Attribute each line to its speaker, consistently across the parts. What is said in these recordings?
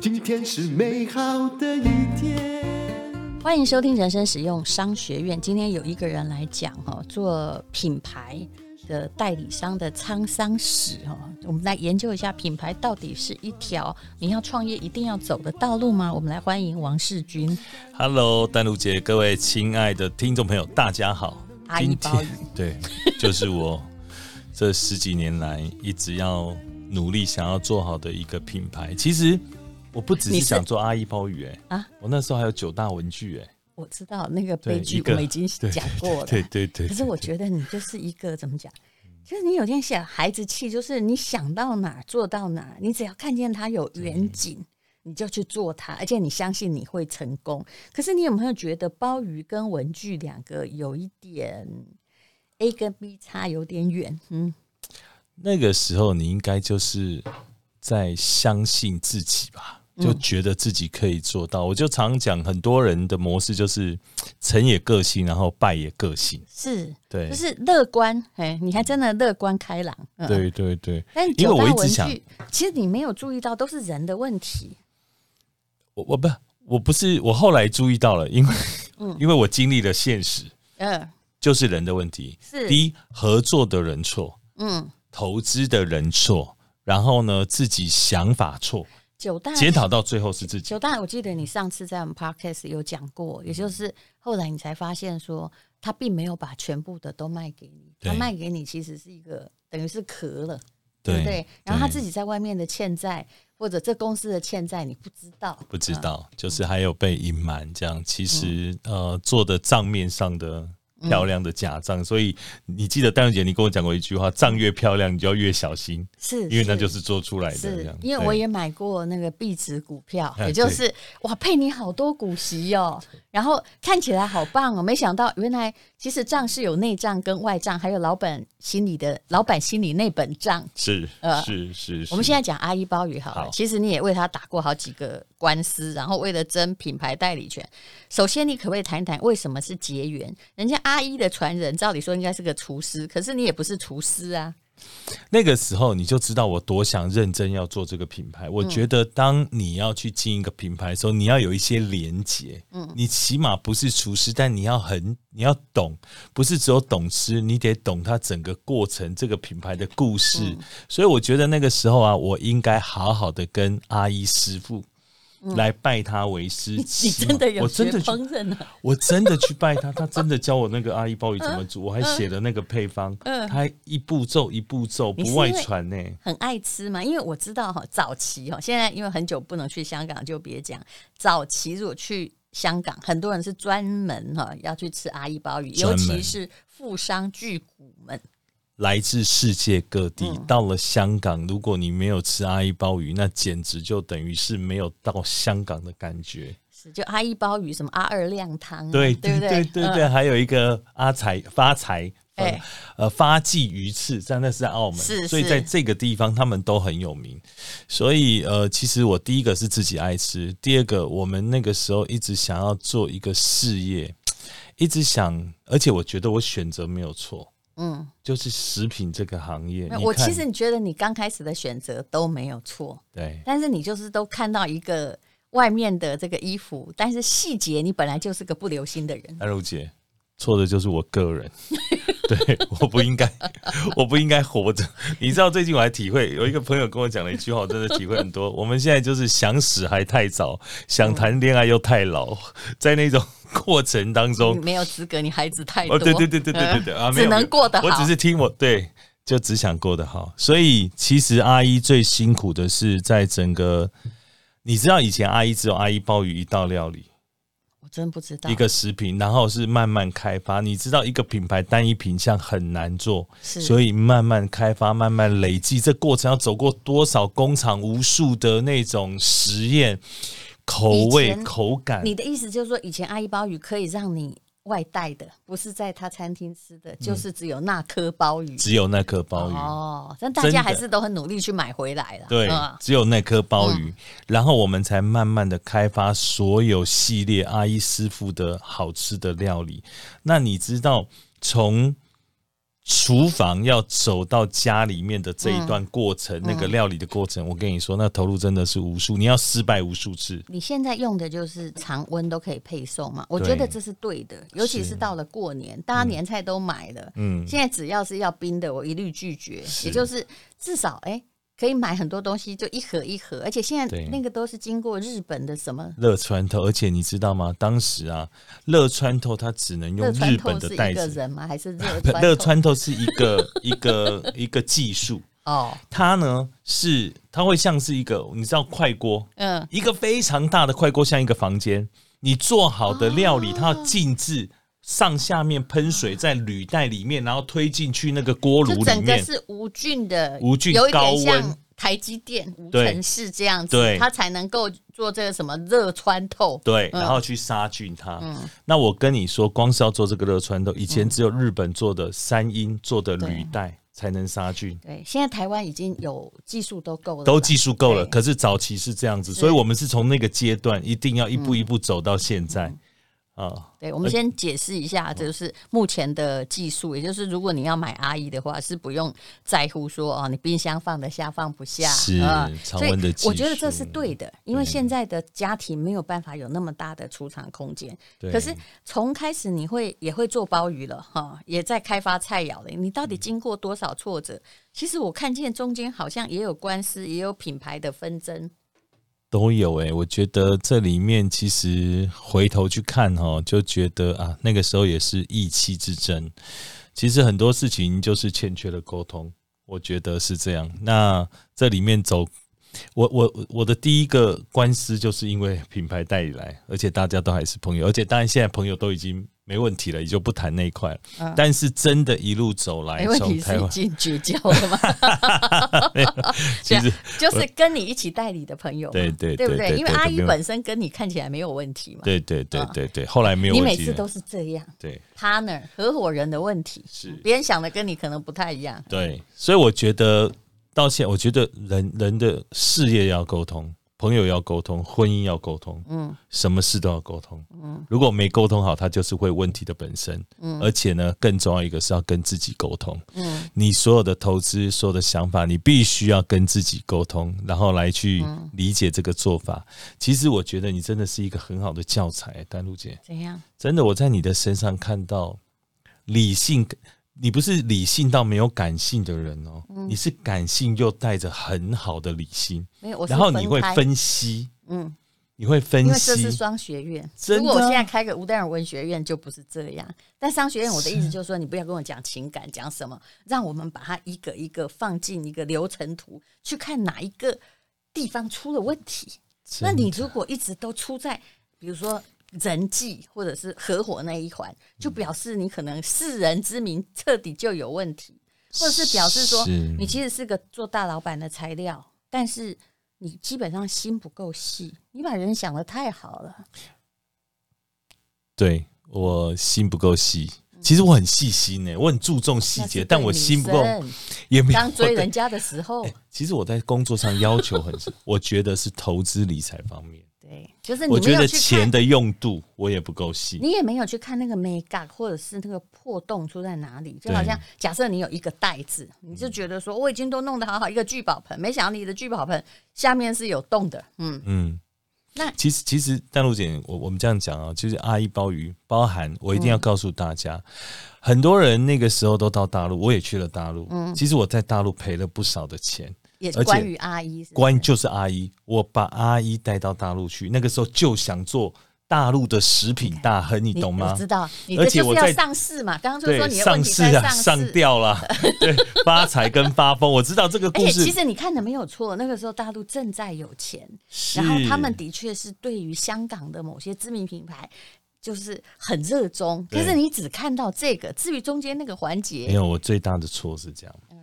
Speaker 1: 今天是美好的一天。
Speaker 2: 欢迎收听《人生实用商学院》。今天有一个人来讲哈，做品牌的代理商的沧桑史哈。我们来研究一下品牌到底是一条你要创业一定要走的道路吗？我们来欢迎王世军
Speaker 3: Hello，丹如姐，各位亲爱的听众朋友，大家好。
Speaker 2: 阿姨
Speaker 3: 今
Speaker 2: 包
Speaker 3: 天
Speaker 2: 姨。
Speaker 3: 对，就是我这十几年来一直要努力想要做好的一个品牌。其实我不只
Speaker 2: 你
Speaker 3: 是
Speaker 2: 是
Speaker 3: 想做阿姨包雨、欸，哎
Speaker 2: 啊
Speaker 3: 我那时候还有九大文具、欸，
Speaker 2: 我知道那个
Speaker 3: 对
Speaker 2: 悲剧
Speaker 3: 一个
Speaker 2: 我们已经
Speaker 3: 对
Speaker 2: 讲过了，
Speaker 3: 对对对
Speaker 2: 可是我觉得你就是一个怎么讲？就是你有点小孩子气，就是你想到哪儿做到哪儿，你只要看见他有远景，你就去做它，而且你相信你会成功。可是你有没有觉得鲍鱼跟文具两个有一点 A 跟 B 差有点远？嗯，
Speaker 3: 那个时候你应该就是在相信自己吧，
Speaker 2: 嗯
Speaker 3: 就觉得自己可以做到。我就常讲，很多人的模式就是成也个性，然后败也个性。
Speaker 2: 是，
Speaker 3: 对，
Speaker 2: 就是乐观，哎，你还真的乐观开朗。嗯、。
Speaker 3: 对对对。
Speaker 2: 但
Speaker 3: 因为
Speaker 2: 九大
Speaker 3: 我一直
Speaker 2: 文
Speaker 3: 想
Speaker 2: 具，其实你没有注意到，都是人的问题。
Speaker 3: 我我不我不是我后来注意到了，因为、 因为我经历了现实，
Speaker 2: 嗯，
Speaker 3: 就是人的问题。
Speaker 2: 是，
Speaker 3: 第一，合作的人错，
Speaker 2: 嗯，
Speaker 3: 投资的人错，然后呢自己想法错，
Speaker 2: 九大
Speaker 3: 检讨到最后是自己。
Speaker 2: 九大，我记得你上次在我们 podcast 有讲过，也就是后来你才发现说，他并没有把全部的都卖给你，
Speaker 3: 对
Speaker 2: 他卖给你其实是一个等于是壳了，
Speaker 3: 对
Speaker 2: 不对？然后他
Speaker 3: 对
Speaker 2: 自己在外面的欠债，或者这公司的欠债，你不知道，
Speaker 3: 不知
Speaker 2: 嗯、
Speaker 3: 道，就是还有被隐瞒这样。其实、呃，做的账面上的
Speaker 2: 嗯
Speaker 3: 漂亮的假账，所以你记得戴茹姐，你跟我讲过一句话：账越漂亮，你就要越小心，
Speaker 2: 是
Speaker 3: 因为那就是做出来的这
Speaker 2: 是
Speaker 3: 样。，
Speaker 2: 因为
Speaker 3: 对
Speaker 2: 我也买过那个币值股票，
Speaker 3: 哎
Speaker 2: 也就是哇，配你好多股息哦，然后看起来好棒哦，没想到原来其实账是有内账跟外账，还有老板心里的老板心里那本账。
Speaker 3: 是
Speaker 2: 呃
Speaker 3: 是是是，
Speaker 2: 我们现在讲阿姨包雨好了，
Speaker 3: 好
Speaker 2: 其实你也为他打过好几个官司，然后为了争品牌代理权。首先，你可不可以谈一谈为什么是结缘？人家阿姨的传人，照理说应该是个厨师，可是你也不是厨师啊。
Speaker 3: 那个时候你就知道我多想认真要做这个品
Speaker 2: 嗯
Speaker 3: 牌。我觉得当你要去经营一个品牌的时候，你要有一些连结。嗯，你起码不是厨师，但你要很你要懂，不是只有懂吃，你得懂它整个过程，这个品牌的故事。
Speaker 2: 嗯
Speaker 3: 所以我觉得那个时候啊，我应该好好的跟阿姨师傅。来拜他为师，
Speaker 2: 嗯你
Speaker 3: 起码
Speaker 2: 真的有
Speaker 3: 我
Speaker 2: 学
Speaker 3: 真的去
Speaker 2: 烹饪啊？
Speaker 3: 我真的去拜 他，他真的教我那个阿姨鲍鱼怎么
Speaker 2: 嗯
Speaker 3: 煮，我还写了那个配方，他还一步骤一步骤
Speaker 2: 你是
Speaker 3: 不
Speaker 2: 因为
Speaker 3: 外传呢、
Speaker 2: 很爱吃嘛，因为我知道哈，早期哈，现在因为很久不能去香港，就别讲。早期如果去香港，很多人是专门哈要去吃阿姨鲍鱼，尤
Speaker 3: 专门
Speaker 2: 其是富商巨贾们。
Speaker 3: 来自世界各地，
Speaker 2: 嗯
Speaker 3: 到了香港，如果你没有吃阿姨鲍鱼，那简直就等于是没有到香港的感觉。
Speaker 2: 是就阿姨鲍鱼什么阿二亮汤、啊，
Speaker 3: 对
Speaker 2: 对
Speaker 3: 对
Speaker 2: 不
Speaker 3: 对对对，还有一个阿财发财。呃
Speaker 2: 哎
Speaker 3: 呃，发迹鱼翅，但那是在澳门，
Speaker 2: 是
Speaker 3: 所以
Speaker 2: 是
Speaker 3: 在这个地方他们都很有名。所以呃，其实我第一个是自己爱吃，第二个我们那个时候一直想要做一个事业，一直想，而且我觉得我选择没有错，
Speaker 2: 嗯，
Speaker 3: 就是食品这个行业。
Speaker 2: 那
Speaker 3: 你
Speaker 2: 嗯我
Speaker 3: 看
Speaker 2: 其实你觉得你刚开始的选择都没有错，
Speaker 3: 对
Speaker 2: 但是你就是都看到一个外面的这个衣服，但是细节你本来就是个不留心的人。
Speaker 3: 安茹姐，错的就是我个人。 对，我不应该，我不应该活着。你知道，最近我还体会，有一个朋友跟我讲了一句话，我真的体会很多。我们现在就是想死还太早，想谈恋爱又太老，在那种过程当
Speaker 2: 你
Speaker 3: 中，
Speaker 2: 没有资格，你孩子太多。
Speaker 3: 哦，对对对对对对对
Speaker 2: 嗯
Speaker 3: 啊，没
Speaker 2: 只
Speaker 3: 有没
Speaker 2: 能
Speaker 3: 有
Speaker 2: 过得好。
Speaker 3: 我只是听我对，就只想过得好。所以其实阿姨最辛苦的是在整个，你知道以前阿姨只有阿姨鲍鱼一道料理，
Speaker 2: 我真不知道
Speaker 3: 一个食品，然后是慢慢开发。你知道，一个品牌单一品项很难做，
Speaker 2: 是
Speaker 3: 所以慢慢开发、慢慢累积，这过程要走过多少工厂、无数的那种实验、口
Speaker 2: 以
Speaker 3: 味、
Speaker 2: 前
Speaker 3: 口感。
Speaker 2: 你的意思就是说，以前阿姨鲍鱼可以让你外带的，不是在他餐厅吃的，就是只有那颗鲍鱼。
Speaker 3: 嗯只有那颗鲍鱼，
Speaker 2: 哦，但大
Speaker 3: 真
Speaker 2: 家
Speaker 3: 的
Speaker 2: 还是都很努力去买回来了。
Speaker 3: 对，
Speaker 2: 嗯
Speaker 3: 只有那颗鲍鱼，然后我们才慢慢的开发所有系列阿姨师傅的好吃的料理。那你知道从厨房要走到家里面的这一段过程，那个料理的过程，我跟你说，那投入真的是无数，你要失败无数次。
Speaker 2: 你现在用的就是常温都可以配送嘛？我
Speaker 3: 对
Speaker 2: 觉得这是对的，尤其是到了过年，大家年菜都买了，
Speaker 3: 嗯，
Speaker 2: 现在只要是要冰的，我一律拒绝。
Speaker 3: 是
Speaker 2: 也就是至少哎、可以买很多东西，就一盒一盒，而且现在
Speaker 3: 对
Speaker 2: 那个都是经过日本的什么
Speaker 3: 乐川透，而且你知道吗？当时啊，乐川透它只能用
Speaker 2: 热川
Speaker 3: 日本
Speaker 2: 透
Speaker 3: 的
Speaker 2: 是
Speaker 3: 袋
Speaker 2: 一个
Speaker 3: 子，
Speaker 2: 人吗？还是热川
Speaker 3: 乐
Speaker 2: 透
Speaker 3: 川透是一个 一个一个技术，
Speaker 2: 哦，
Speaker 3: 它呢是它会像是一个你知道快锅，
Speaker 2: 嗯，
Speaker 3: 一个非常大的快锅，像一个房间。你做好的料理，它要静置上下面喷水在履带里面，然后推进去那个锅炉
Speaker 2: 就
Speaker 3: 里
Speaker 2: 整个
Speaker 3: 面。
Speaker 2: 是无菌的，
Speaker 3: 无菌
Speaker 2: 有一
Speaker 3: 高
Speaker 2: 点
Speaker 3: 温
Speaker 2: 像台积电无
Speaker 3: 对
Speaker 2: 尘室这样
Speaker 3: 对
Speaker 2: 子，它才能够做这个什么热穿透。
Speaker 3: 对，
Speaker 2: 嗯
Speaker 3: 然后去杀菌它。那我跟你说，光是要做这个热穿透，以前
Speaker 2: 嗯
Speaker 3: 只有日本做的三英做的履带才能杀菌，
Speaker 2: 对，现在台湾已经有技术都够了啦，
Speaker 3: 都技术够了。
Speaker 2: 对
Speaker 3: 可是早期是这样子，所以我们是从那个阶段一定要一
Speaker 2: 嗯
Speaker 3: 步一步走到现在啊。
Speaker 2: 对，我们先解释一
Speaker 3: 嗯
Speaker 2: 下，就是目前的技术，也就是如果你要买阿姨的话，是不用在乎说哦，你冰箱放得下放不下，
Speaker 3: 是
Speaker 2: 啊
Speaker 3: 常温的技术
Speaker 2: 所以我觉得这是对的，因为现在的家庭没有办法有那么大的储藏空间。
Speaker 3: 对
Speaker 2: 可是从开始你会也会做鲍鱼了哈，也在开发菜肴了，你到
Speaker 3: 嗯
Speaker 2: 底经过多少挫折？其实我看见中间好像也有官司，也有品牌的纷争。
Speaker 3: 都有诶、我觉得这里面其实回头去看哦，就觉得啊，那个时候也是意气之争。其实很多事情就是欠缺了沟通，我觉得是这样。那这里面走，我我我的第一个官司就是因为品牌代理来，而且大家都还是朋友，而且当然现在朋友都已经没问题了，也就不谈那一块了。但是真的一路走来
Speaker 2: 嗯没，问
Speaker 3: 从
Speaker 2: 题是
Speaker 3: 台
Speaker 2: 已
Speaker 3: 湾
Speaker 2: 经绝交了 吗？
Speaker 3: 其实
Speaker 2: 就是跟你一起代理的朋友嘛，
Speaker 3: 对对
Speaker 2: 对不
Speaker 3: 对对
Speaker 2: 对？因为
Speaker 3: 对
Speaker 2: 阿
Speaker 3: 对没
Speaker 2: 姨
Speaker 3: 有
Speaker 2: 本身跟你看起来没有问题嘛，
Speaker 3: 对对对对对，后来没有
Speaker 2: 嗯你
Speaker 3: 问
Speaker 2: 每
Speaker 3: 题了。
Speaker 2: 次都是这样
Speaker 3: 对。
Speaker 2: ，partner 合伙人的问题
Speaker 3: 是
Speaker 2: 别人想的跟你可能不太一样，
Speaker 3: 对，所以我觉得到现在，我觉得人人的事业要沟通，朋友要沟通，婚姻要沟通，嗯，什么事都要沟通，嗯，如果没沟通好，它就是会问题的本身，嗯，而且呢，更重要一个是要跟自己沟通，嗯，你所有的投资、所有的想法，你必须要跟自己沟通，然后来去理解这个做法。其实我觉得你真的是一个很好的教材，丹露姐，
Speaker 2: 怎样？
Speaker 3: 真的，我在你的身上看到理性，你不是理性到没有感性的人哦，
Speaker 2: 嗯
Speaker 3: 你是感性又带着很好的理性，
Speaker 2: 没有，我是
Speaker 3: 然后你会
Speaker 2: 开，
Speaker 3: 分析，
Speaker 2: 嗯，
Speaker 3: 你会
Speaker 2: 因
Speaker 3: 分
Speaker 2: 为这是
Speaker 3: 析，
Speaker 2: 双学院。
Speaker 3: 真的
Speaker 2: 如
Speaker 3: 啊
Speaker 2: 果我现在开个吴淡尔文学院，就不是这样。但商学院，我的意思就是说，你不要跟我讲情感，讲什么，让我们把它一个一个放进一个流程图，去看哪一个地方出了问题。那你如果一直都出在，比如说人际或者是合伙那一环，
Speaker 3: 嗯
Speaker 2: 就表示你可能世人之名彻底就有问题，或者是表示说
Speaker 3: 是
Speaker 2: 你其实是个做大老板的材料，但是你基本上心不够细，你把人想的太好了。
Speaker 3: 对我心不够细。其实我很细心欸呢、我很注重细
Speaker 2: 嗯那是
Speaker 3: 节，
Speaker 2: 对
Speaker 3: 但我
Speaker 2: 女
Speaker 3: 心不够，哎
Speaker 2: 生
Speaker 3: 也没有
Speaker 2: 当追
Speaker 3: 对
Speaker 2: 人家的时候，
Speaker 3: 其实我在工作上要求很，我觉得是投资理财方面，
Speaker 2: 对，就是你
Speaker 3: 我
Speaker 2: 没
Speaker 3: 觉
Speaker 2: 有
Speaker 3: 得
Speaker 2: 去
Speaker 3: 钱
Speaker 2: 看，
Speaker 3: 的用度我也不够细。
Speaker 2: 你也没有去看那个 make up 或者是那个破洞出在哪里。就
Speaker 3: 对嗯
Speaker 2: 好像假设你有一个袋子，你就觉得说哦我已经都弄得好好一个聚宝盆，没想到你的聚宝盆下面是有洞的。嗯，
Speaker 3: 嗯，
Speaker 2: 那
Speaker 3: 其实其实丹露姐，我我们这样讲啊，就是阿姨鲍鱼包含，我一定要
Speaker 2: 嗯
Speaker 3: 告诉大家，很多人那个时候都到大陆，我也去了大陆。其实我在大陆赔了不少的钱，
Speaker 2: 嗯也
Speaker 3: 而且
Speaker 2: 关于阿姨是不是，
Speaker 3: 关就是阿姨，我把阿姨带到大陆去，那个时候就想做大陆的食品大亨，你
Speaker 2: 你
Speaker 3: 懂吗
Speaker 2: 我？知道，你
Speaker 3: 而
Speaker 2: 的
Speaker 3: 且
Speaker 2: 就
Speaker 3: 我
Speaker 2: 是要
Speaker 3: 在
Speaker 2: 上市嘛，刚刚就
Speaker 3: 对
Speaker 2: 说，你的问
Speaker 3: 上
Speaker 2: 题
Speaker 3: 市
Speaker 2: 在
Speaker 3: 啊，
Speaker 2: 上
Speaker 3: 上吊啦， 对，发财跟发疯，我知道这个
Speaker 2: 而
Speaker 3: 故
Speaker 2: 且
Speaker 3: 事
Speaker 2: 其。实你看的没有错，那个时候大陆正在有钱，
Speaker 3: 是
Speaker 2: 然后他们的确是对于香港的某些知名品牌就是很热衷，
Speaker 3: 对
Speaker 2: 但是你只看到这个，至于中间那个环
Speaker 3: 没
Speaker 2: 节，
Speaker 3: 有，我最大的错是这样，
Speaker 2: 嗯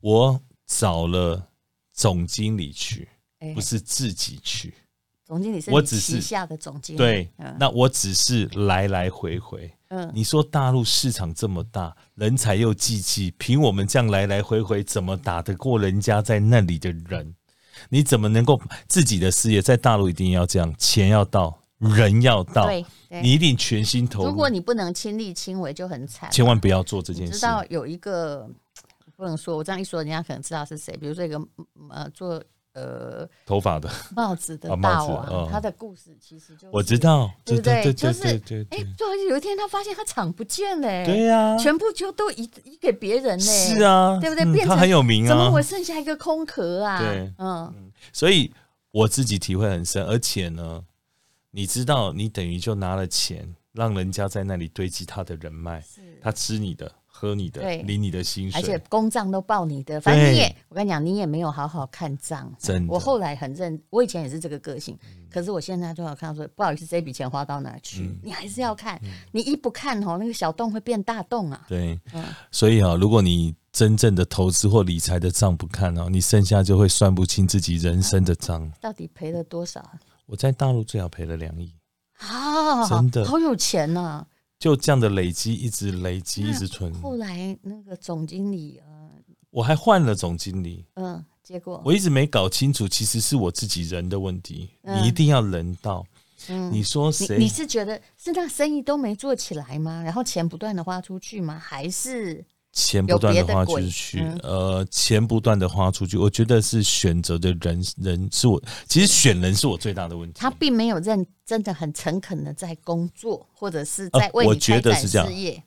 Speaker 3: 我找了总经理去，
Speaker 2: 哎
Speaker 3: 不是自己去。
Speaker 2: 总经理是
Speaker 3: 我
Speaker 2: 你
Speaker 3: 只是
Speaker 2: 旗下的总经理，
Speaker 3: 对，
Speaker 2: 嗯
Speaker 3: 那我只是来来回回。
Speaker 2: 嗯，
Speaker 3: 你说大陆市场这么大，人才又济济，凭我们这样来来回回，怎么打得过人家在那里的人？你怎么能够自己的事业在大陆一定要这样，钱要到，人要到，
Speaker 2: 对对
Speaker 3: 你一定全心投入。
Speaker 2: 如果你不能亲力亲为，就很惨。
Speaker 3: 千万不要做这件
Speaker 2: 你知
Speaker 3: 事，
Speaker 2: 道有一个不能说，我这样一说，人家可能知道是谁。比如说一个呃做呃
Speaker 3: 头发的，
Speaker 2: 帽子的
Speaker 3: 啊
Speaker 2: 大
Speaker 3: 帽子
Speaker 2: 王，
Speaker 3: 哦
Speaker 2: 他的故事其实就是
Speaker 3: 我知，道，
Speaker 2: 对
Speaker 3: 对
Speaker 2: 不对？
Speaker 3: 对
Speaker 2: 就
Speaker 3: 对
Speaker 2: 是
Speaker 3: 对对
Speaker 2: 哎
Speaker 3: 对，，
Speaker 2: 突然有一天他发现他厂不见了、哎
Speaker 3: 对呀，
Speaker 2: 全部就都移移给别人呢、
Speaker 3: 是，啊，
Speaker 2: 对不对
Speaker 3: 嗯
Speaker 2: 变成
Speaker 3: 他很有名
Speaker 2: 怎么
Speaker 3: 啊，
Speaker 2: 我剩下一个空壳啊？
Speaker 3: 对
Speaker 2: 嗯，
Speaker 3: 所以我自己体会很深，而且呢，你知道，你等于就拿了钱，让人家在那里堆积他的人脉，
Speaker 2: 是。
Speaker 3: 他吃你的，喝你的
Speaker 2: 对，
Speaker 3: 领你的薪
Speaker 2: 而且
Speaker 3: 水，
Speaker 2: 公账都报你的，反正你也
Speaker 3: 对，
Speaker 2: 我跟你讲，你也没有好好看账。
Speaker 3: 真的嗯
Speaker 2: 我后来很认，我以前也是这个个性，可是我现在就好看说，不好意思，这笔钱花到哪去，你还是要
Speaker 3: 嗯
Speaker 2: 看。你一不看哦，那个小洞会变大洞啊。
Speaker 3: 对
Speaker 2: 嗯，
Speaker 3: 所以啊，如果你真正的投资或理财的账不看哦，你剩下就会算不清自己人生的账。
Speaker 2: 到底赔了多少
Speaker 3: 我在大陆最少赔了两亿，
Speaker 2: 啊？
Speaker 3: 真的
Speaker 2: 好有钱呐、
Speaker 3: 就这样的累积，一直累积，一直存。
Speaker 2: 后来那个总经理，呃
Speaker 3: 我还换了总经理，
Speaker 2: 嗯、结果
Speaker 3: 我一直没搞清楚，其实是我自己人的问题。
Speaker 2: 嗯
Speaker 3: 你一定要人到，
Speaker 2: 嗯
Speaker 3: 你说
Speaker 2: 你
Speaker 3: 谁？
Speaker 2: 你是觉得是那生意都没做起来吗？然后钱不断的花出去吗？还是
Speaker 3: 钱不断的花出去，
Speaker 2: 有别的嗯
Speaker 3: 呃，钱不断的花出去，我觉得是选择的人人是我，其实选人是我最大的问题。
Speaker 2: 他并没有认真的很诚恳的在工作，或者是
Speaker 3: 呃
Speaker 2: 在为
Speaker 3: 我
Speaker 2: 你
Speaker 3: 觉
Speaker 2: 开
Speaker 3: 得
Speaker 2: 展
Speaker 3: 是这样
Speaker 2: 事业？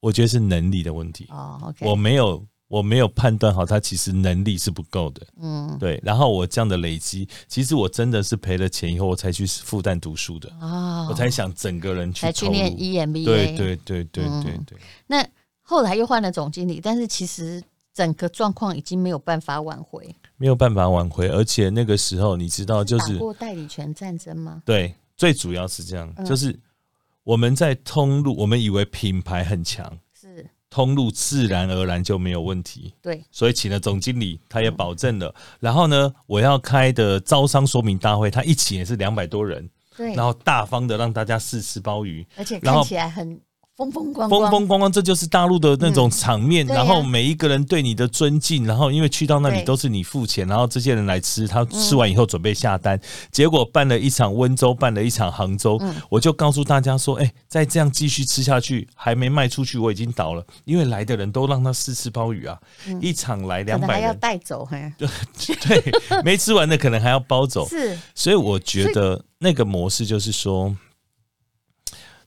Speaker 3: 我觉得是能力的问题，
Speaker 2: 哦，OK，
Speaker 3: 我没有我没有判断好他其实能力是不够的，
Speaker 2: 嗯
Speaker 3: 对。然后我这样的累积，其实我真的是赔了钱以后，我才去复旦读书的，
Speaker 2: 啊，
Speaker 3: 我才想整个人去
Speaker 2: 才去
Speaker 3: 投入
Speaker 2: 念 E EMBA，
Speaker 3: 对对对对对
Speaker 2: 嗯
Speaker 3: 对，
Speaker 2: 那后来又换了总经理，但是其实整个状况已经没有办法挽回。
Speaker 3: 没有办法挽回。而且那个时候，你知道，就
Speaker 2: 打
Speaker 3: 是
Speaker 2: 过代理权战争吗？
Speaker 3: 对，最主要是这样，
Speaker 2: 嗯
Speaker 3: 就是我们在通路，我们以为品牌很强，
Speaker 2: 是，
Speaker 3: 通路自然而然就没有问题。
Speaker 2: 对，
Speaker 3: 所以请了总经理，他也保证了。然后呢，我要开的招商说明大会，他一起也是两百多人，
Speaker 2: 对
Speaker 3: 然，后大方的让大家试吃鲍鱼，
Speaker 2: 而且看
Speaker 3: 然后
Speaker 2: 起来很风风光
Speaker 3: 风
Speaker 2: 光，
Speaker 3: 风光光，这就是大陆的那种场面。
Speaker 2: 对啊
Speaker 3: 然后每一个人对你的尊敬，然后因为去到那里
Speaker 2: 对嗯
Speaker 3: 都是你付钱，然后这些人来吃，他吃完以后准备下单，结果办了一场温州，办了一场杭州，
Speaker 2: 嗯
Speaker 3: 我就告诉大家说，哎、再这样继续吃下去，还没卖出去，我已经倒了，因为来的人都让他试吃鲍鱼啊，一场来
Speaker 2: 嗯可
Speaker 3: 两
Speaker 2: 能还
Speaker 3: 百
Speaker 2: 要
Speaker 3: 人，
Speaker 2: 带走，嘿，
Speaker 3: 对，没吃完的可能还要包走，
Speaker 2: 是，
Speaker 3: 所以我觉得那个模式就是说，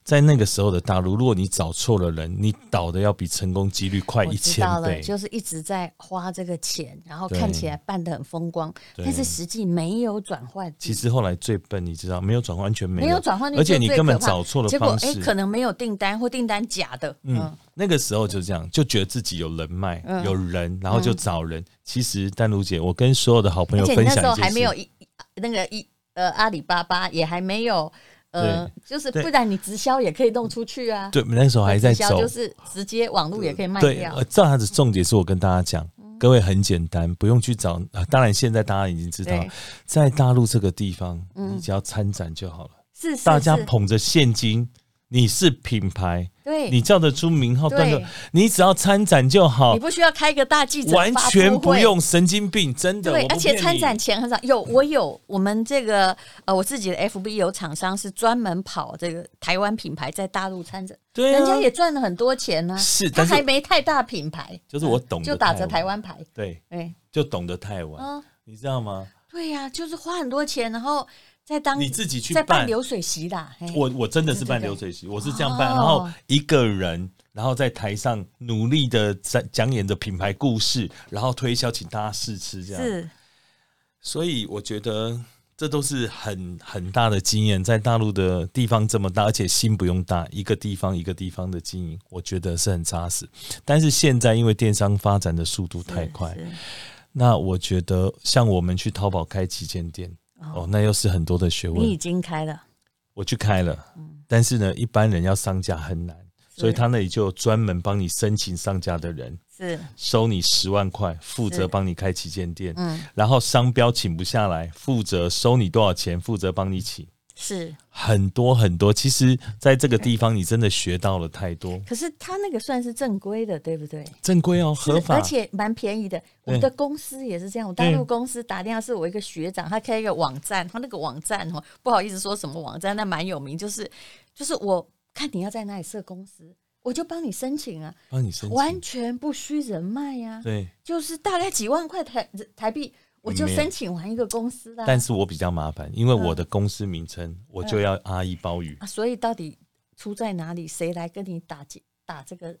Speaker 3: 在那个时候的大陆，如果你找错了人，你倒的要比成功几率快
Speaker 2: 我
Speaker 3: 一
Speaker 2: 知
Speaker 3: 千
Speaker 2: 道了，
Speaker 3: 倍。
Speaker 2: 就是一直在花这个钱，然后
Speaker 3: 对
Speaker 2: 看起来办得很风光，
Speaker 3: 对
Speaker 2: 但是实际没有转换，
Speaker 3: 其实后来最笨，你知道，没有转换，完全没有，
Speaker 2: 没有转换率
Speaker 3: 而
Speaker 2: 就
Speaker 3: 且
Speaker 2: 最可怕，
Speaker 3: 你根本找错了
Speaker 2: 结果
Speaker 3: 方式。
Speaker 2: 哎，可能没有订单或订单假的，嗯
Speaker 3: 嗯，，那个时候就这样，就觉得自己有人脉、
Speaker 2: 嗯
Speaker 3: 有人，然后就找人。其实丹如姐，我跟所有的好朋
Speaker 2: 而
Speaker 3: 友
Speaker 2: 且你
Speaker 3: 分
Speaker 2: 那
Speaker 3: 享一
Speaker 2: 时候
Speaker 3: 件
Speaker 2: 还没有
Speaker 3: 事，
Speaker 2: 一一那个一呃阿里巴巴也还没有呃
Speaker 3: 对，
Speaker 2: 就是
Speaker 3: 对
Speaker 2: 不然你直销也可以弄出去啊。
Speaker 3: 对，那时候还在
Speaker 2: 直销
Speaker 3: 走，
Speaker 2: 就是直接网络也可以卖
Speaker 3: 对，
Speaker 2: 掉
Speaker 3: 呃，这样子重点是我跟大家讲，
Speaker 2: 嗯
Speaker 3: 各位很简单，不用去找。呃当然，现在大家已经知道
Speaker 2: 对，嗯
Speaker 3: 在大陆这个地方，你只要参展就好了。
Speaker 2: 是是
Speaker 3: 大家
Speaker 2: 是
Speaker 3: 捧着现金，你是品牌，
Speaker 2: 对，
Speaker 3: 你叫得出名号，
Speaker 2: 对
Speaker 3: 段落，你只要参展就好
Speaker 2: 你，不需要开个大记者
Speaker 3: 完
Speaker 2: 发
Speaker 3: 全
Speaker 2: 布
Speaker 3: 不
Speaker 2: 会
Speaker 3: 用神经病，真的。
Speaker 2: 对，
Speaker 3: 我不
Speaker 2: 而且
Speaker 3: 骗
Speaker 2: 参
Speaker 3: 你
Speaker 2: 展前很少有，我有我们这个呃，我自己的 FB 有厂商是专门跑这个台湾品牌在大陆参展，
Speaker 3: 对啊
Speaker 2: 人家也赚了很多钱呢、
Speaker 3: 是
Speaker 2: 他
Speaker 3: 但是
Speaker 2: 还没太大品牌，
Speaker 3: 就是我
Speaker 2: 嗯
Speaker 3: 懂得
Speaker 2: 就打着
Speaker 3: 台
Speaker 2: 台湾牌，
Speaker 3: 对，
Speaker 2: 对，
Speaker 3: 就懂得太晚，
Speaker 2: 嗯，
Speaker 3: 你知道吗？
Speaker 2: 对呀、就是花很多钱，然后再当
Speaker 3: 你自己去
Speaker 2: 再办
Speaker 3: 办
Speaker 2: 流水席啦，嘿
Speaker 3: 我我真的是办
Speaker 2: 哎对对
Speaker 3: 流
Speaker 2: 对
Speaker 3: 水席，我是这样办，
Speaker 2: 哦
Speaker 3: 然后一个人，然后在台上努力的在讲演着品牌故事，然后推销，请大家试吃这样。
Speaker 2: 是
Speaker 3: 所以我觉得这都是很很大的经验，在大陆的地方这么大，而且心不用大，一个地方一个地方的经营，我觉得是很扎实。但是现在因为电商发展的速度太快，
Speaker 2: 是
Speaker 3: 那我觉得像我们去淘宝开旗舰店，哦，那又是很多的学问。
Speaker 2: 你已经开了，
Speaker 3: 我去开了，但是呢，一般人要上架很难，
Speaker 2: 嗯是
Speaker 3: 所以他那里就有专门帮你申请上架的人，
Speaker 2: 是
Speaker 3: 收你十万块，负
Speaker 2: 是
Speaker 3: 责帮你开旗舰店，
Speaker 2: 嗯
Speaker 3: 然后商标请不下来，负责收你多少钱，负责帮你请。
Speaker 2: 是，
Speaker 3: 很多很多。其实，在这个地方，你真的学到了太多。
Speaker 2: 可是他那个算是正规的，对不对？
Speaker 3: 正规哦，合法，
Speaker 2: 而且蛮便宜的。我们的公司也是这样，我大陆公司打电话是我一个学长，他开一个网站，他那个网站哦，不好意思说什么网站，但蛮有名，就是就是我看你要在哪里设公司，我就帮你申请啊，
Speaker 3: 帮你申
Speaker 2: 完
Speaker 3: 请。
Speaker 2: 全不需人脉呀、
Speaker 3: 对，
Speaker 2: 就是大概几万块台台币，我就
Speaker 3: 没有
Speaker 2: 申请完一个公司啦、
Speaker 3: 但是我比较麻烦，因为我的公司名称我
Speaker 2: 嗯
Speaker 3: 就要阿姨包鱼。
Speaker 2: 啊，所以到底出在哪里？谁来跟你打击打这个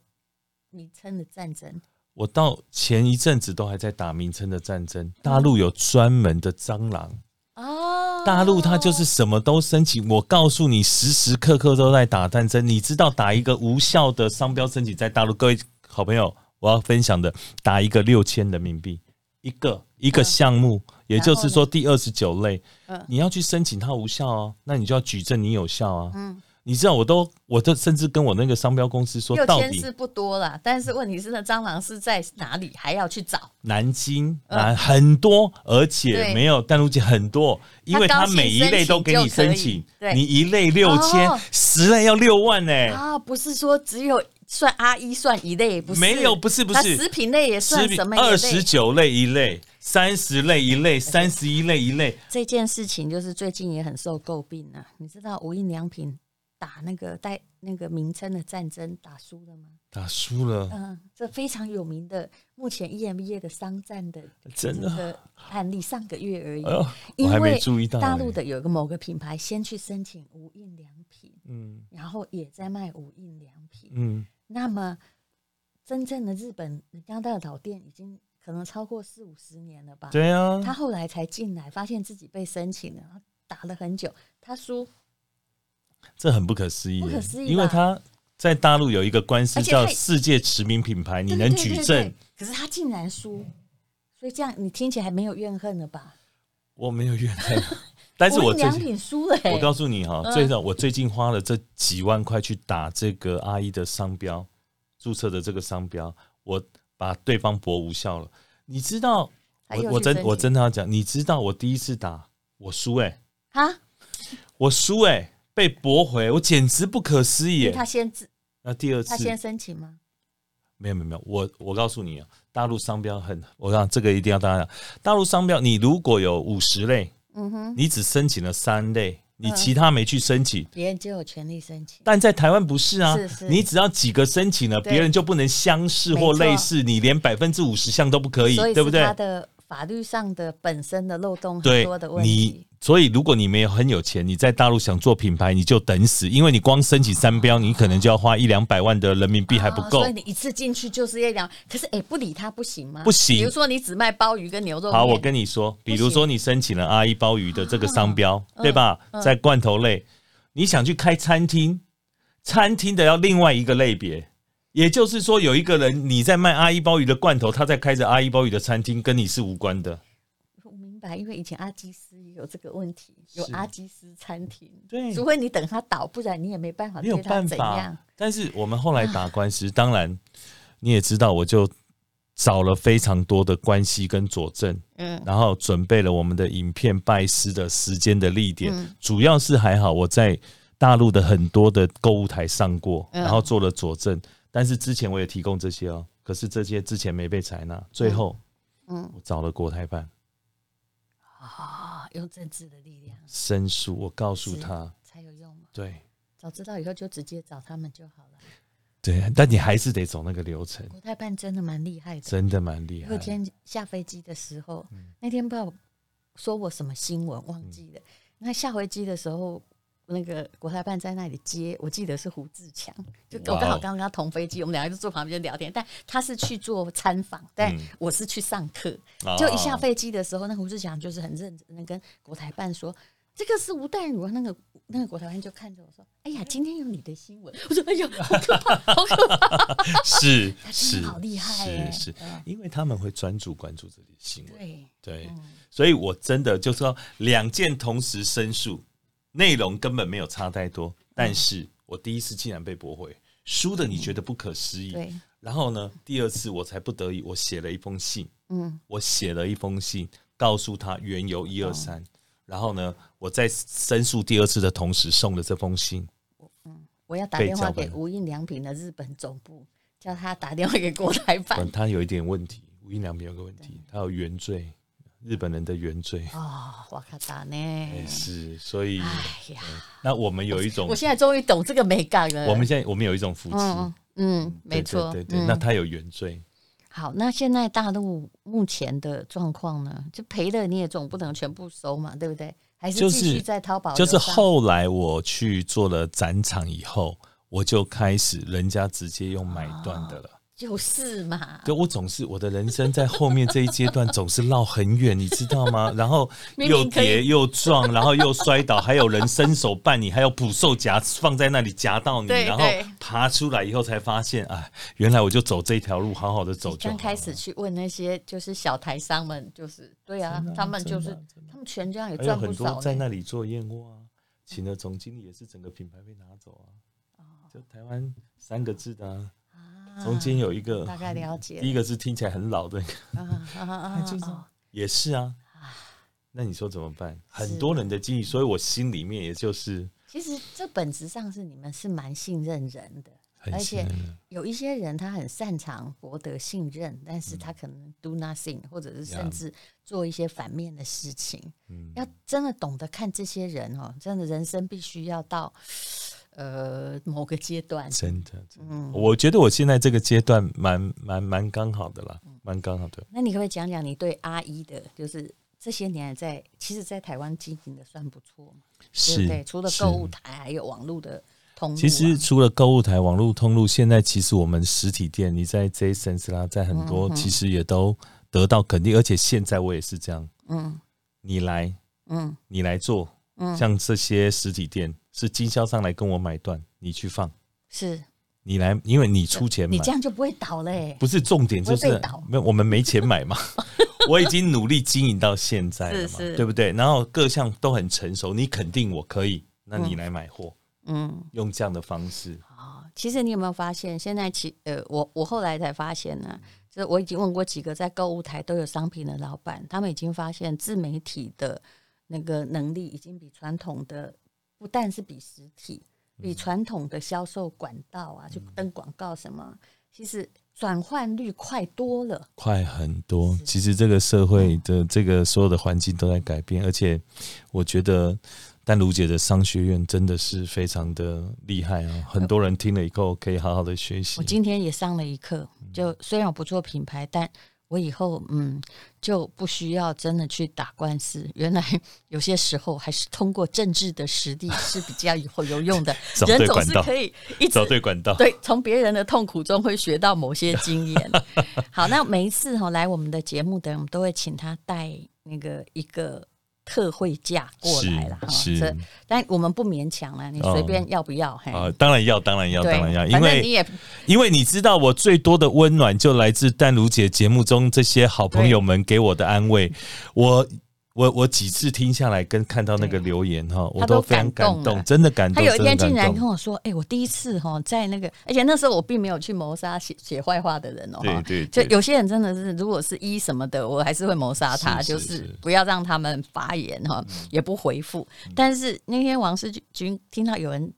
Speaker 2: 名称的战争？
Speaker 3: 我到前一阵子都还在打名称的战争，大陆有专门的蟑螂。
Speaker 2: 哦，
Speaker 3: 大陆它就是什么都申请，我告诉你，时时刻刻都在打战争。你知道打一个无效的商标申请，在大陆，各位好朋友，我要分享的，打一个六千人民币一个一个项目，也就是说第二十九类
Speaker 2: 嗯，
Speaker 3: 你要去申请它无效哦，那你就要举证你有效啊。
Speaker 2: 嗯
Speaker 3: 你知道我都，我都甚至跟我那个商标公司说，
Speaker 2: 六
Speaker 3: 到
Speaker 2: 千
Speaker 3: 底
Speaker 2: 是不多啦，但是问题是那蟑螂是在哪里，还要去找。
Speaker 3: 南京南很多，而且
Speaker 2: 嗯对
Speaker 3: 没有淡路机很多，因为它每一类都给你申
Speaker 2: 他高兴申
Speaker 3: 请
Speaker 2: 请就可以，对
Speaker 3: 你一类六千
Speaker 2: 哦，
Speaker 3: 十类要六万呢。
Speaker 2: 啊，不是说只有算阿一算一类，不是
Speaker 3: 没有不是不
Speaker 2: 它
Speaker 3: 是
Speaker 2: 食品类也
Speaker 3: 十
Speaker 2: 算什么一类
Speaker 3: 二十九类一类，三十类一类，三十一类一类，
Speaker 2: 这件事情就是最近也很受诟病啊。你知道无印良品打那个带那个名称的战争打输了吗？
Speaker 3: 打输了，
Speaker 2: 嗯，这非常有名的，目前 EMBA 的商战的
Speaker 3: 真
Speaker 2: 这
Speaker 3: 的，
Speaker 2: 个案例，上个月而已。
Speaker 3: 哎呦，我
Speaker 2: 因
Speaker 3: 还
Speaker 2: 为
Speaker 3: 没注意到呢哎
Speaker 2: 大陆，的有一个某个品牌先去申请无印良品，
Speaker 3: 嗯
Speaker 2: 然后也在卖无印良品。
Speaker 3: 嗯，
Speaker 2: 那么，真正的日本人家的老店已经可能超过四五十年了吧？
Speaker 3: 对啊，
Speaker 2: 他后来才进来，发现自己被申请了，然后打了很久，他输，
Speaker 3: 这很不可思议耶，
Speaker 2: 不可思议吧
Speaker 3: 因为他在大陆有一个官司
Speaker 2: 而且
Speaker 3: 叫
Speaker 2: 他
Speaker 3: 世界驰名品牌，你
Speaker 2: 对
Speaker 3: 能举？
Speaker 2: 对对
Speaker 3: 证
Speaker 2: 对？可是他竟然输，所以这样你听起来没有怨恨了吧？
Speaker 3: 我没有怨恨，但是我
Speaker 2: 无印
Speaker 3: 最
Speaker 2: 良
Speaker 3: 近。
Speaker 2: 品输了、欸，
Speaker 3: 我告诉你哈，最早我最近花了这几万块去打这个阿姨的商标，注册的这个商标，我把对方驳无效了。你知道，
Speaker 2: 还
Speaker 3: 我
Speaker 2: 有
Speaker 3: 我
Speaker 2: 去
Speaker 3: 真
Speaker 2: 申
Speaker 3: 我
Speaker 2: 请
Speaker 3: 真的要讲，你知道我第一次打我输哎、
Speaker 2: 啊，
Speaker 3: 我输哎、被驳回，我简直不可思议、
Speaker 2: 因为
Speaker 3: 欸
Speaker 2: 他。先自
Speaker 3: 那第二次
Speaker 2: 他先申请吗？
Speaker 3: 没有没有没有，我我告诉你啊，大陆商标很，我让这个一定要大家讲，大陆商标你如果有五十类，
Speaker 2: 嗯哼，嗯
Speaker 3: 你只申请了三类，你其他没去申请。
Speaker 2: 别人就有权利申请。
Speaker 3: 但在台湾不是啊，
Speaker 2: 是是
Speaker 3: 你只要几个申请了，
Speaker 2: 对
Speaker 3: 别人就不能相似或类似，你连百分之五十项都不可以，
Speaker 2: 所以
Speaker 3: 对不
Speaker 2: 是他
Speaker 3: 对？
Speaker 2: 的法律上的本身的漏洞很
Speaker 3: 对
Speaker 2: 多的，问
Speaker 3: 你
Speaker 2: 题。
Speaker 3: 所以如果你没有很有钱，你在大陆想做品牌，你就等死，因为你光申请商标，你可能就要花一两百万的人民币还不
Speaker 2: 哦
Speaker 3: 够
Speaker 2: 所以。你一次进去就是一两，可是哎、不理他不行吗？
Speaker 3: 不行
Speaker 2: 比如说你只卖鲍鱼跟牛肉面，
Speaker 3: 好，我跟你说，比如说你申请了阿姨鲍鱼的这个商标，对吧？在罐头类，你想去开餐厅，餐厅的要另外一个类别，也就是说，有一个人你在卖阿姨鲍鱼的罐头，他在开着阿姨鲍鱼的餐厅，跟你是无关的。
Speaker 2: 我明白，因为以前阿基斯也有这个问题，有
Speaker 3: 是
Speaker 2: 阿基斯餐厅，
Speaker 3: 对
Speaker 2: 除非你等他倒，不然你也没办法
Speaker 3: 没有
Speaker 2: 啊对他
Speaker 3: 办
Speaker 2: 怎样啊
Speaker 3: 法。。但是我们后来打官司，当然你也知道，我就找了非常多的关系跟佐证，
Speaker 2: 嗯，
Speaker 3: 然后准备了我们的影片拜师的时间的历点，
Speaker 2: 嗯
Speaker 3: 主要是还好我在大陆的很多的购物台上过，
Speaker 2: 嗯
Speaker 3: 然后做了佐证，但是之前我也提供这些哦，可是这些之前没被采纳，最后，
Speaker 2: 嗯
Speaker 3: 我找了国台办
Speaker 2: 啊、用政治的力量
Speaker 3: 申诉，我告诉他，
Speaker 2: 才有用嘛。
Speaker 3: 对
Speaker 2: 早知道以后就直接找他们就好了。
Speaker 3: 对，但你还是得走那个流程，
Speaker 2: 国泰办真的蛮厉害的，
Speaker 3: 真的蛮厉害
Speaker 2: 有一。天下飞机的时候，
Speaker 3: 嗯
Speaker 2: 那天不知道说我什么新闻忘记了。那下飞机的时候，那个国台办在那里接，我记得是胡志强，就
Speaker 3: 哇哦
Speaker 2: 我刚好刚刚同飞机，我们两个就坐旁边聊天。但他是去做参访，但我是去上课。
Speaker 3: 嗯哦
Speaker 2: 就一下飞机的时候，那胡志强就是很认真的跟国台办说。这个是吴淡如啊，那个那个国台办就看着我说：“哎呀，今天有你的新闻。” 我说：“哎呀，好可怕，好可怕！
Speaker 3: 是
Speaker 2: 哎真
Speaker 3: 是，
Speaker 2: 的好厉害耶
Speaker 3: 是是
Speaker 2: 嗯，
Speaker 3: 因为他们会专注关注这里新闻，
Speaker 2: 对，
Speaker 3: 对，所以我真的就说两件同时申诉，内容根本没有差太多，但是
Speaker 2: 嗯
Speaker 3: 我第一次竟然被驳回，输的你觉得不可思议，
Speaker 2: 嗯对，
Speaker 3: 然后呢，第二次我才不得已，我写了一封信，
Speaker 2: 嗯，哦
Speaker 3: 我写了一封信告诉他缘由一二三，然后呢，我在申诉第二次的同时送了这封信。
Speaker 2: 我要打
Speaker 3: 被
Speaker 2: 电话
Speaker 3: 搅
Speaker 2: 给
Speaker 3: 拌
Speaker 2: 无印良品的日本总部，叫他打电话给国台 办
Speaker 3: 管。他有一点问题，无印良品有个问题，他有原罪，日本人的原罪、
Speaker 2: 哦，瓦卡达呢？
Speaker 3: 哎是，所以
Speaker 2: 哎呀，
Speaker 3: 那我们有一种
Speaker 2: 我，现在终于懂这个美感了。
Speaker 3: 我们现在我们有一种福气，
Speaker 2: 嗯嗯，
Speaker 3: 对
Speaker 2: 没错，
Speaker 3: 对对对
Speaker 2: 嗯
Speaker 3: 那他有原罪，
Speaker 2: 好，那现在大陆目前的状况呢？就赔的你也总不能全部收嘛，对不对？还是
Speaker 3: 就
Speaker 2: 继续
Speaker 3: 是
Speaker 2: 在淘宝
Speaker 3: 就是
Speaker 2: 流上
Speaker 3: 后来我去做了展场以后，我就开始人家直接用买断的了。
Speaker 2: 就是嘛，
Speaker 3: 对，我总是我的人生在后面这一阶段总是绕很远，你知道 吗？然后
Speaker 2: 明
Speaker 3: 又
Speaker 2: 明可以
Speaker 3: 跌又撞，然后又摔倒，还有人伸手绊你，还有捕兽夹放在那里夹到你，
Speaker 2: 对
Speaker 3: 然后
Speaker 2: 对
Speaker 3: 爬出来以后才发现，哎，原来我就走这条路，好好的走
Speaker 2: 你
Speaker 3: 就
Speaker 2: 刚
Speaker 3: 好了
Speaker 2: 开始去问那些就是小台商们，就是对啊
Speaker 3: 真的，啊
Speaker 2: 他们
Speaker 3: 真的
Speaker 2: 就
Speaker 3: 啊
Speaker 2: 是
Speaker 3: 真的
Speaker 2: 他们全家也
Speaker 3: 还有
Speaker 2: 赚不
Speaker 3: 哎很多
Speaker 2: 少哎
Speaker 3: 在
Speaker 2: 呢。
Speaker 3: 那里做燕窝啊，请的总经理也是整个品牌被拿走啊，
Speaker 2: 哦
Speaker 3: 就台湾三个字的、啊，中间有一个
Speaker 2: 大概了解
Speaker 3: 第一个字听起来很老的，
Speaker 2: 啊啊啊啊
Speaker 3: 就是
Speaker 2: 啊
Speaker 3: 也是啊。那你说怎么办？很多人的记忆，所以我心里面也就是
Speaker 2: 其实这本质上是你们是蛮信任人的，
Speaker 3: 很
Speaker 2: 而
Speaker 3: 信
Speaker 2: 且
Speaker 3: 任的。
Speaker 2: 有一些人他很擅长博得信任，但是他可能 do nothing，或者是甚
Speaker 3: 嗯 Yeah
Speaker 2: 至做一些反面的事情。
Speaker 3: 嗯
Speaker 2: 要真的懂得看这些人哦，真的人生必须要到呃某个阶段。
Speaker 3: 真的，真的
Speaker 2: 嗯
Speaker 3: 我觉得我现在这个阶段蛮蛮蛮刚好的啦，
Speaker 2: 嗯
Speaker 3: 蛮刚好的。
Speaker 2: 那你可不可以讲讲你对阿姨的，就是这些年来在其实，在台湾经营的算不错嘛，对
Speaker 3: 是
Speaker 2: 不对？除了
Speaker 3: 是
Speaker 2: 购物台，还有网络的通路、啊。
Speaker 3: 其实除了购物台、网络通路，现在其实我们实体店，你在 Jasons 啦，在很
Speaker 2: 嗯
Speaker 3: 多其实也都得到肯定，而且现在我也是这样，
Speaker 2: 嗯
Speaker 3: 你来，
Speaker 2: 嗯
Speaker 3: 你来做，
Speaker 2: 嗯，
Speaker 3: 像这些实体店是经销商来跟我买断，你去放，
Speaker 2: 是
Speaker 3: 你来，因为你出钱买
Speaker 2: 你这，样就不会倒了哎、
Speaker 3: 不是重点，就
Speaker 2: 不会
Speaker 3: 是
Speaker 2: 被倒
Speaker 3: 没有我们没钱买嘛。我已经努力经营到现在了嘛，
Speaker 2: 是是
Speaker 3: 对不对？然后各项都很成熟，你肯定我可以，那你来买货，
Speaker 2: 嗯。
Speaker 3: 用这样的方式，
Speaker 2: 哦，其实你有没有发现，现在其呃，我我后来才发现呢、就是我已经问过几个在购物台都有商品的老板，他们已经发现自媒体的那个能力已经比传统的，不但是比实体，比传统的销售管道啊，就登广告什么，其实转换率快多了。
Speaker 3: 快很多。其实这个社会
Speaker 2: 嗯
Speaker 3: 的这个所有的环境都在改变，而且我觉得丹如姐的商学院真的是非常的厉害啊！很多人听了以后可以好好的学习
Speaker 2: 呃我。今天也上了一课，
Speaker 3: 嗯
Speaker 2: 就虽然我不做品牌，但我以后嗯就不需要真的去打官司。原来有些时候还是通过政治的实力是比较有有用 的
Speaker 3: 找，对
Speaker 2: 人总
Speaker 3: 管
Speaker 2: 是
Speaker 3: 道
Speaker 2: 可以一直
Speaker 3: 找对管道，
Speaker 2: 对，从别人的痛苦中会学到某些经 验。好，那每一次哈、哦来我们的节目的人，我们都会请他带那个一个特惠价过来了哈。
Speaker 3: 是是
Speaker 2: 这但我们不勉强了，你随便要不要？嘿，
Speaker 3: 啊，当然要，当然要，
Speaker 2: 对，
Speaker 3: 当然要，因
Speaker 2: 反正
Speaker 3: 为
Speaker 2: 你也
Speaker 3: 因为你知道，我最多的温暖就来自淡如姐节目中这些好朋友们给我的安慰。我我我几次听下来，跟看到那个
Speaker 2: 对
Speaker 3: 留言哈，我
Speaker 2: 他都
Speaker 3: 非常
Speaker 2: 感
Speaker 3: 感
Speaker 2: 动了
Speaker 3: 动，真的感
Speaker 2: 他
Speaker 3: 动。
Speaker 2: 有一天
Speaker 3: 真
Speaker 2: 竟
Speaker 3: 的
Speaker 2: 然
Speaker 3: 感动
Speaker 2: 跟我说：“哎、我第一次哈在那个，而且那时候我并没有去谋杀写写坏话的人哦、
Speaker 3: 对
Speaker 2: 哈
Speaker 3: 对
Speaker 2: 就
Speaker 3: 对
Speaker 2: 有些人真的是，如果是一什么的，我还是会谋杀他，
Speaker 3: 是是嗯
Speaker 2: 就是是不要让他们发言哈，也不回复。但是那天王世军听到有人。”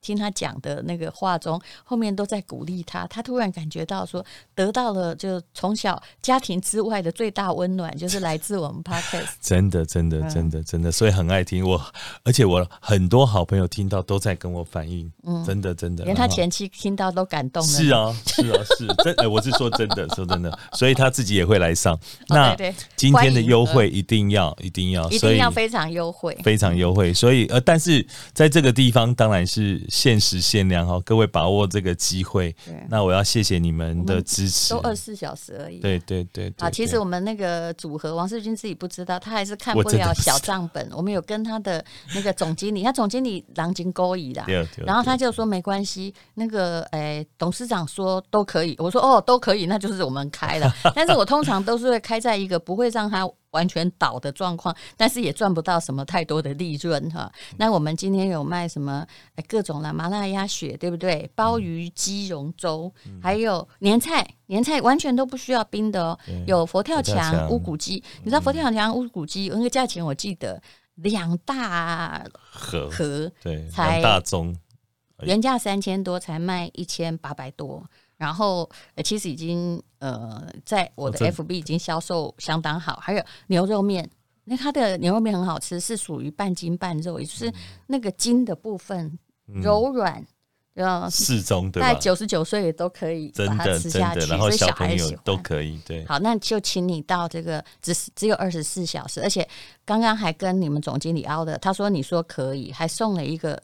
Speaker 2: 听他讲的那个话中，后面都在鼓励他。他突然感觉到说，得到了就从小家庭之外的最大温暖，就是来自 我们 podcast。
Speaker 3: 真的，真
Speaker 2: 嗯
Speaker 3: 的，真的，真的，所以很爱听我，而且我很多好朋友听到都在跟我反映，真的，真的，
Speaker 2: 嗯连他
Speaker 3: 然后
Speaker 2: 前妻听到都感动了。
Speaker 3: 啊是啊，是啊，是真，哎，我是说真的，说 真的，所以他自己也会来上。那
Speaker 2: 哦对对
Speaker 3: 今天的
Speaker 2: 欢迎嗯
Speaker 3: 优惠一定要，一定要，
Speaker 2: 一
Speaker 3: 所
Speaker 2: 定
Speaker 3: 以
Speaker 2: 要非常优惠。
Speaker 3: 非常优惠，所以呃，但是在这个地方当然是限时限量哈，各位把握这个机会
Speaker 2: 对。
Speaker 3: 那我要谢谢你们的支持
Speaker 2: 都，二十四小时而已。
Speaker 3: 对对对
Speaker 2: 啊，
Speaker 3: 对。
Speaker 2: 其实我们那个组合，王世军自己不知道，他还是看
Speaker 3: 我
Speaker 2: 不
Speaker 3: 真的
Speaker 2: 了
Speaker 3: 不知道
Speaker 2: 小账本。我们有跟他的那个总经理，他总经理狼金勾引啦
Speaker 3: 对，对对啊
Speaker 2: 然后他就说没关系，那个诶、董事长说都可以，我说哦都可以，那就是我们开 了。但是我通常都是会开在一个不会让他完全倒的状况，但是也赚不到什么太多的利润哈。
Speaker 3: 嗯
Speaker 2: 那我们今天有卖什么诶各种啦，麻辣鸭血对不对？鲍鱼鸡茸粥，
Speaker 3: 嗯
Speaker 2: 还有年菜，年菜完全都不需要冰的哦。有佛跳
Speaker 3: 佛跳
Speaker 2: 墙、
Speaker 3: 墙嗯
Speaker 2: 乌骨鸡，你知道佛跳墙、乌骨鸡那个价钱我记得。两大
Speaker 3: 和
Speaker 2: 盒，
Speaker 3: 对
Speaker 2: 才
Speaker 3: 两大宗，
Speaker 2: 原价三千多才卖一千八百多，然后、呃、其实已经呃，在我的
Speaker 3: 哦这
Speaker 2: FB 已经销售相当好，还有牛肉面。那它的牛肉面很好吃，是属于半筋半肉，也就是那个筋的部分
Speaker 3: 嗯
Speaker 2: 柔软，呃，
Speaker 3: 适中对
Speaker 2: 在
Speaker 3: 吧？
Speaker 2: 九十九岁也都可以把
Speaker 3: 真
Speaker 2: 它
Speaker 3: 的
Speaker 2: 吃
Speaker 3: 真
Speaker 2: 下去，
Speaker 3: 的，然后
Speaker 2: 所以
Speaker 3: 小
Speaker 2: 小
Speaker 3: 朋
Speaker 2: 孩
Speaker 3: 友
Speaker 2: 喜
Speaker 3: 都
Speaker 2: 欢。
Speaker 3: 可以，对，
Speaker 2: 好，那就请你到这个只是只有二十四小时，而且刚刚还跟你们总经理凹的，他说你说可以，还送了一个，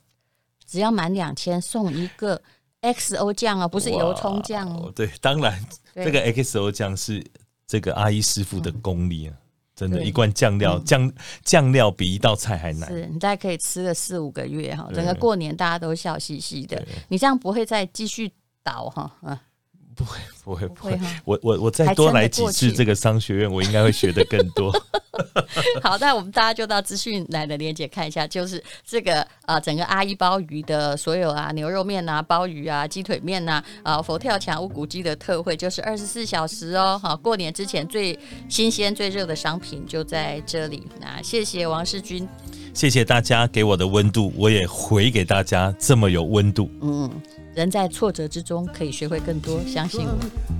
Speaker 2: 只要满两千送一 个 XO 酱哦，不是油葱酱
Speaker 3: 哇
Speaker 2: 哦。
Speaker 3: 对，当然
Speaker 2: 对嗯
Speaker 3: 这个 XO 酱是这个阿姨师傅的功力啊，真的，
Speaker 2: 对嗯
Speaker 3: 一罐酱料酱酱料比一道菜还难，
Speaker 2: 是你大概可以吃个四五个月哈，
Speaker 3: 对
Speaker 2: 整个过年大家都笑嘻嘻的
Speaker 3: 对，
Speaker 2: 你这样不会再继续倒哈，嗯，
Speaker 3: 不会不会不
Speaker 2: 会
Speaker 3: 会
Speaker 2: 哈，
Speaker 3: 我我我再
Speaker 2: 还
Speaker 3: 多
Speaker 2: 撑得
Speaker 3: 来几
Speaker 2: 过
Speaker 3: 次
Speaker 2: 去
Speaker 3: 这个商学院，我应该会学的更 多。
Speaker 2: 好，那我们大家就到资讯来的连接看一下，就是这个呃，整个阿姨鲍鱼的所有啊，牛肉面啊、鲍鱼啊、鸡腿面呐、啊、佛跳墙、乌骨鸡的特惠，就是二十四小时哦。好，过年之前最新鲜、最热的商品就在这里。那谢谢王世军，
Speaker 3: 谢谢大家给我的温度，我也回给大家这么有温度。
Speaker 2: 嗯，人在挫折之中可以学会更多，相信我。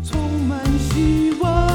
Speaker 1: 充满希望。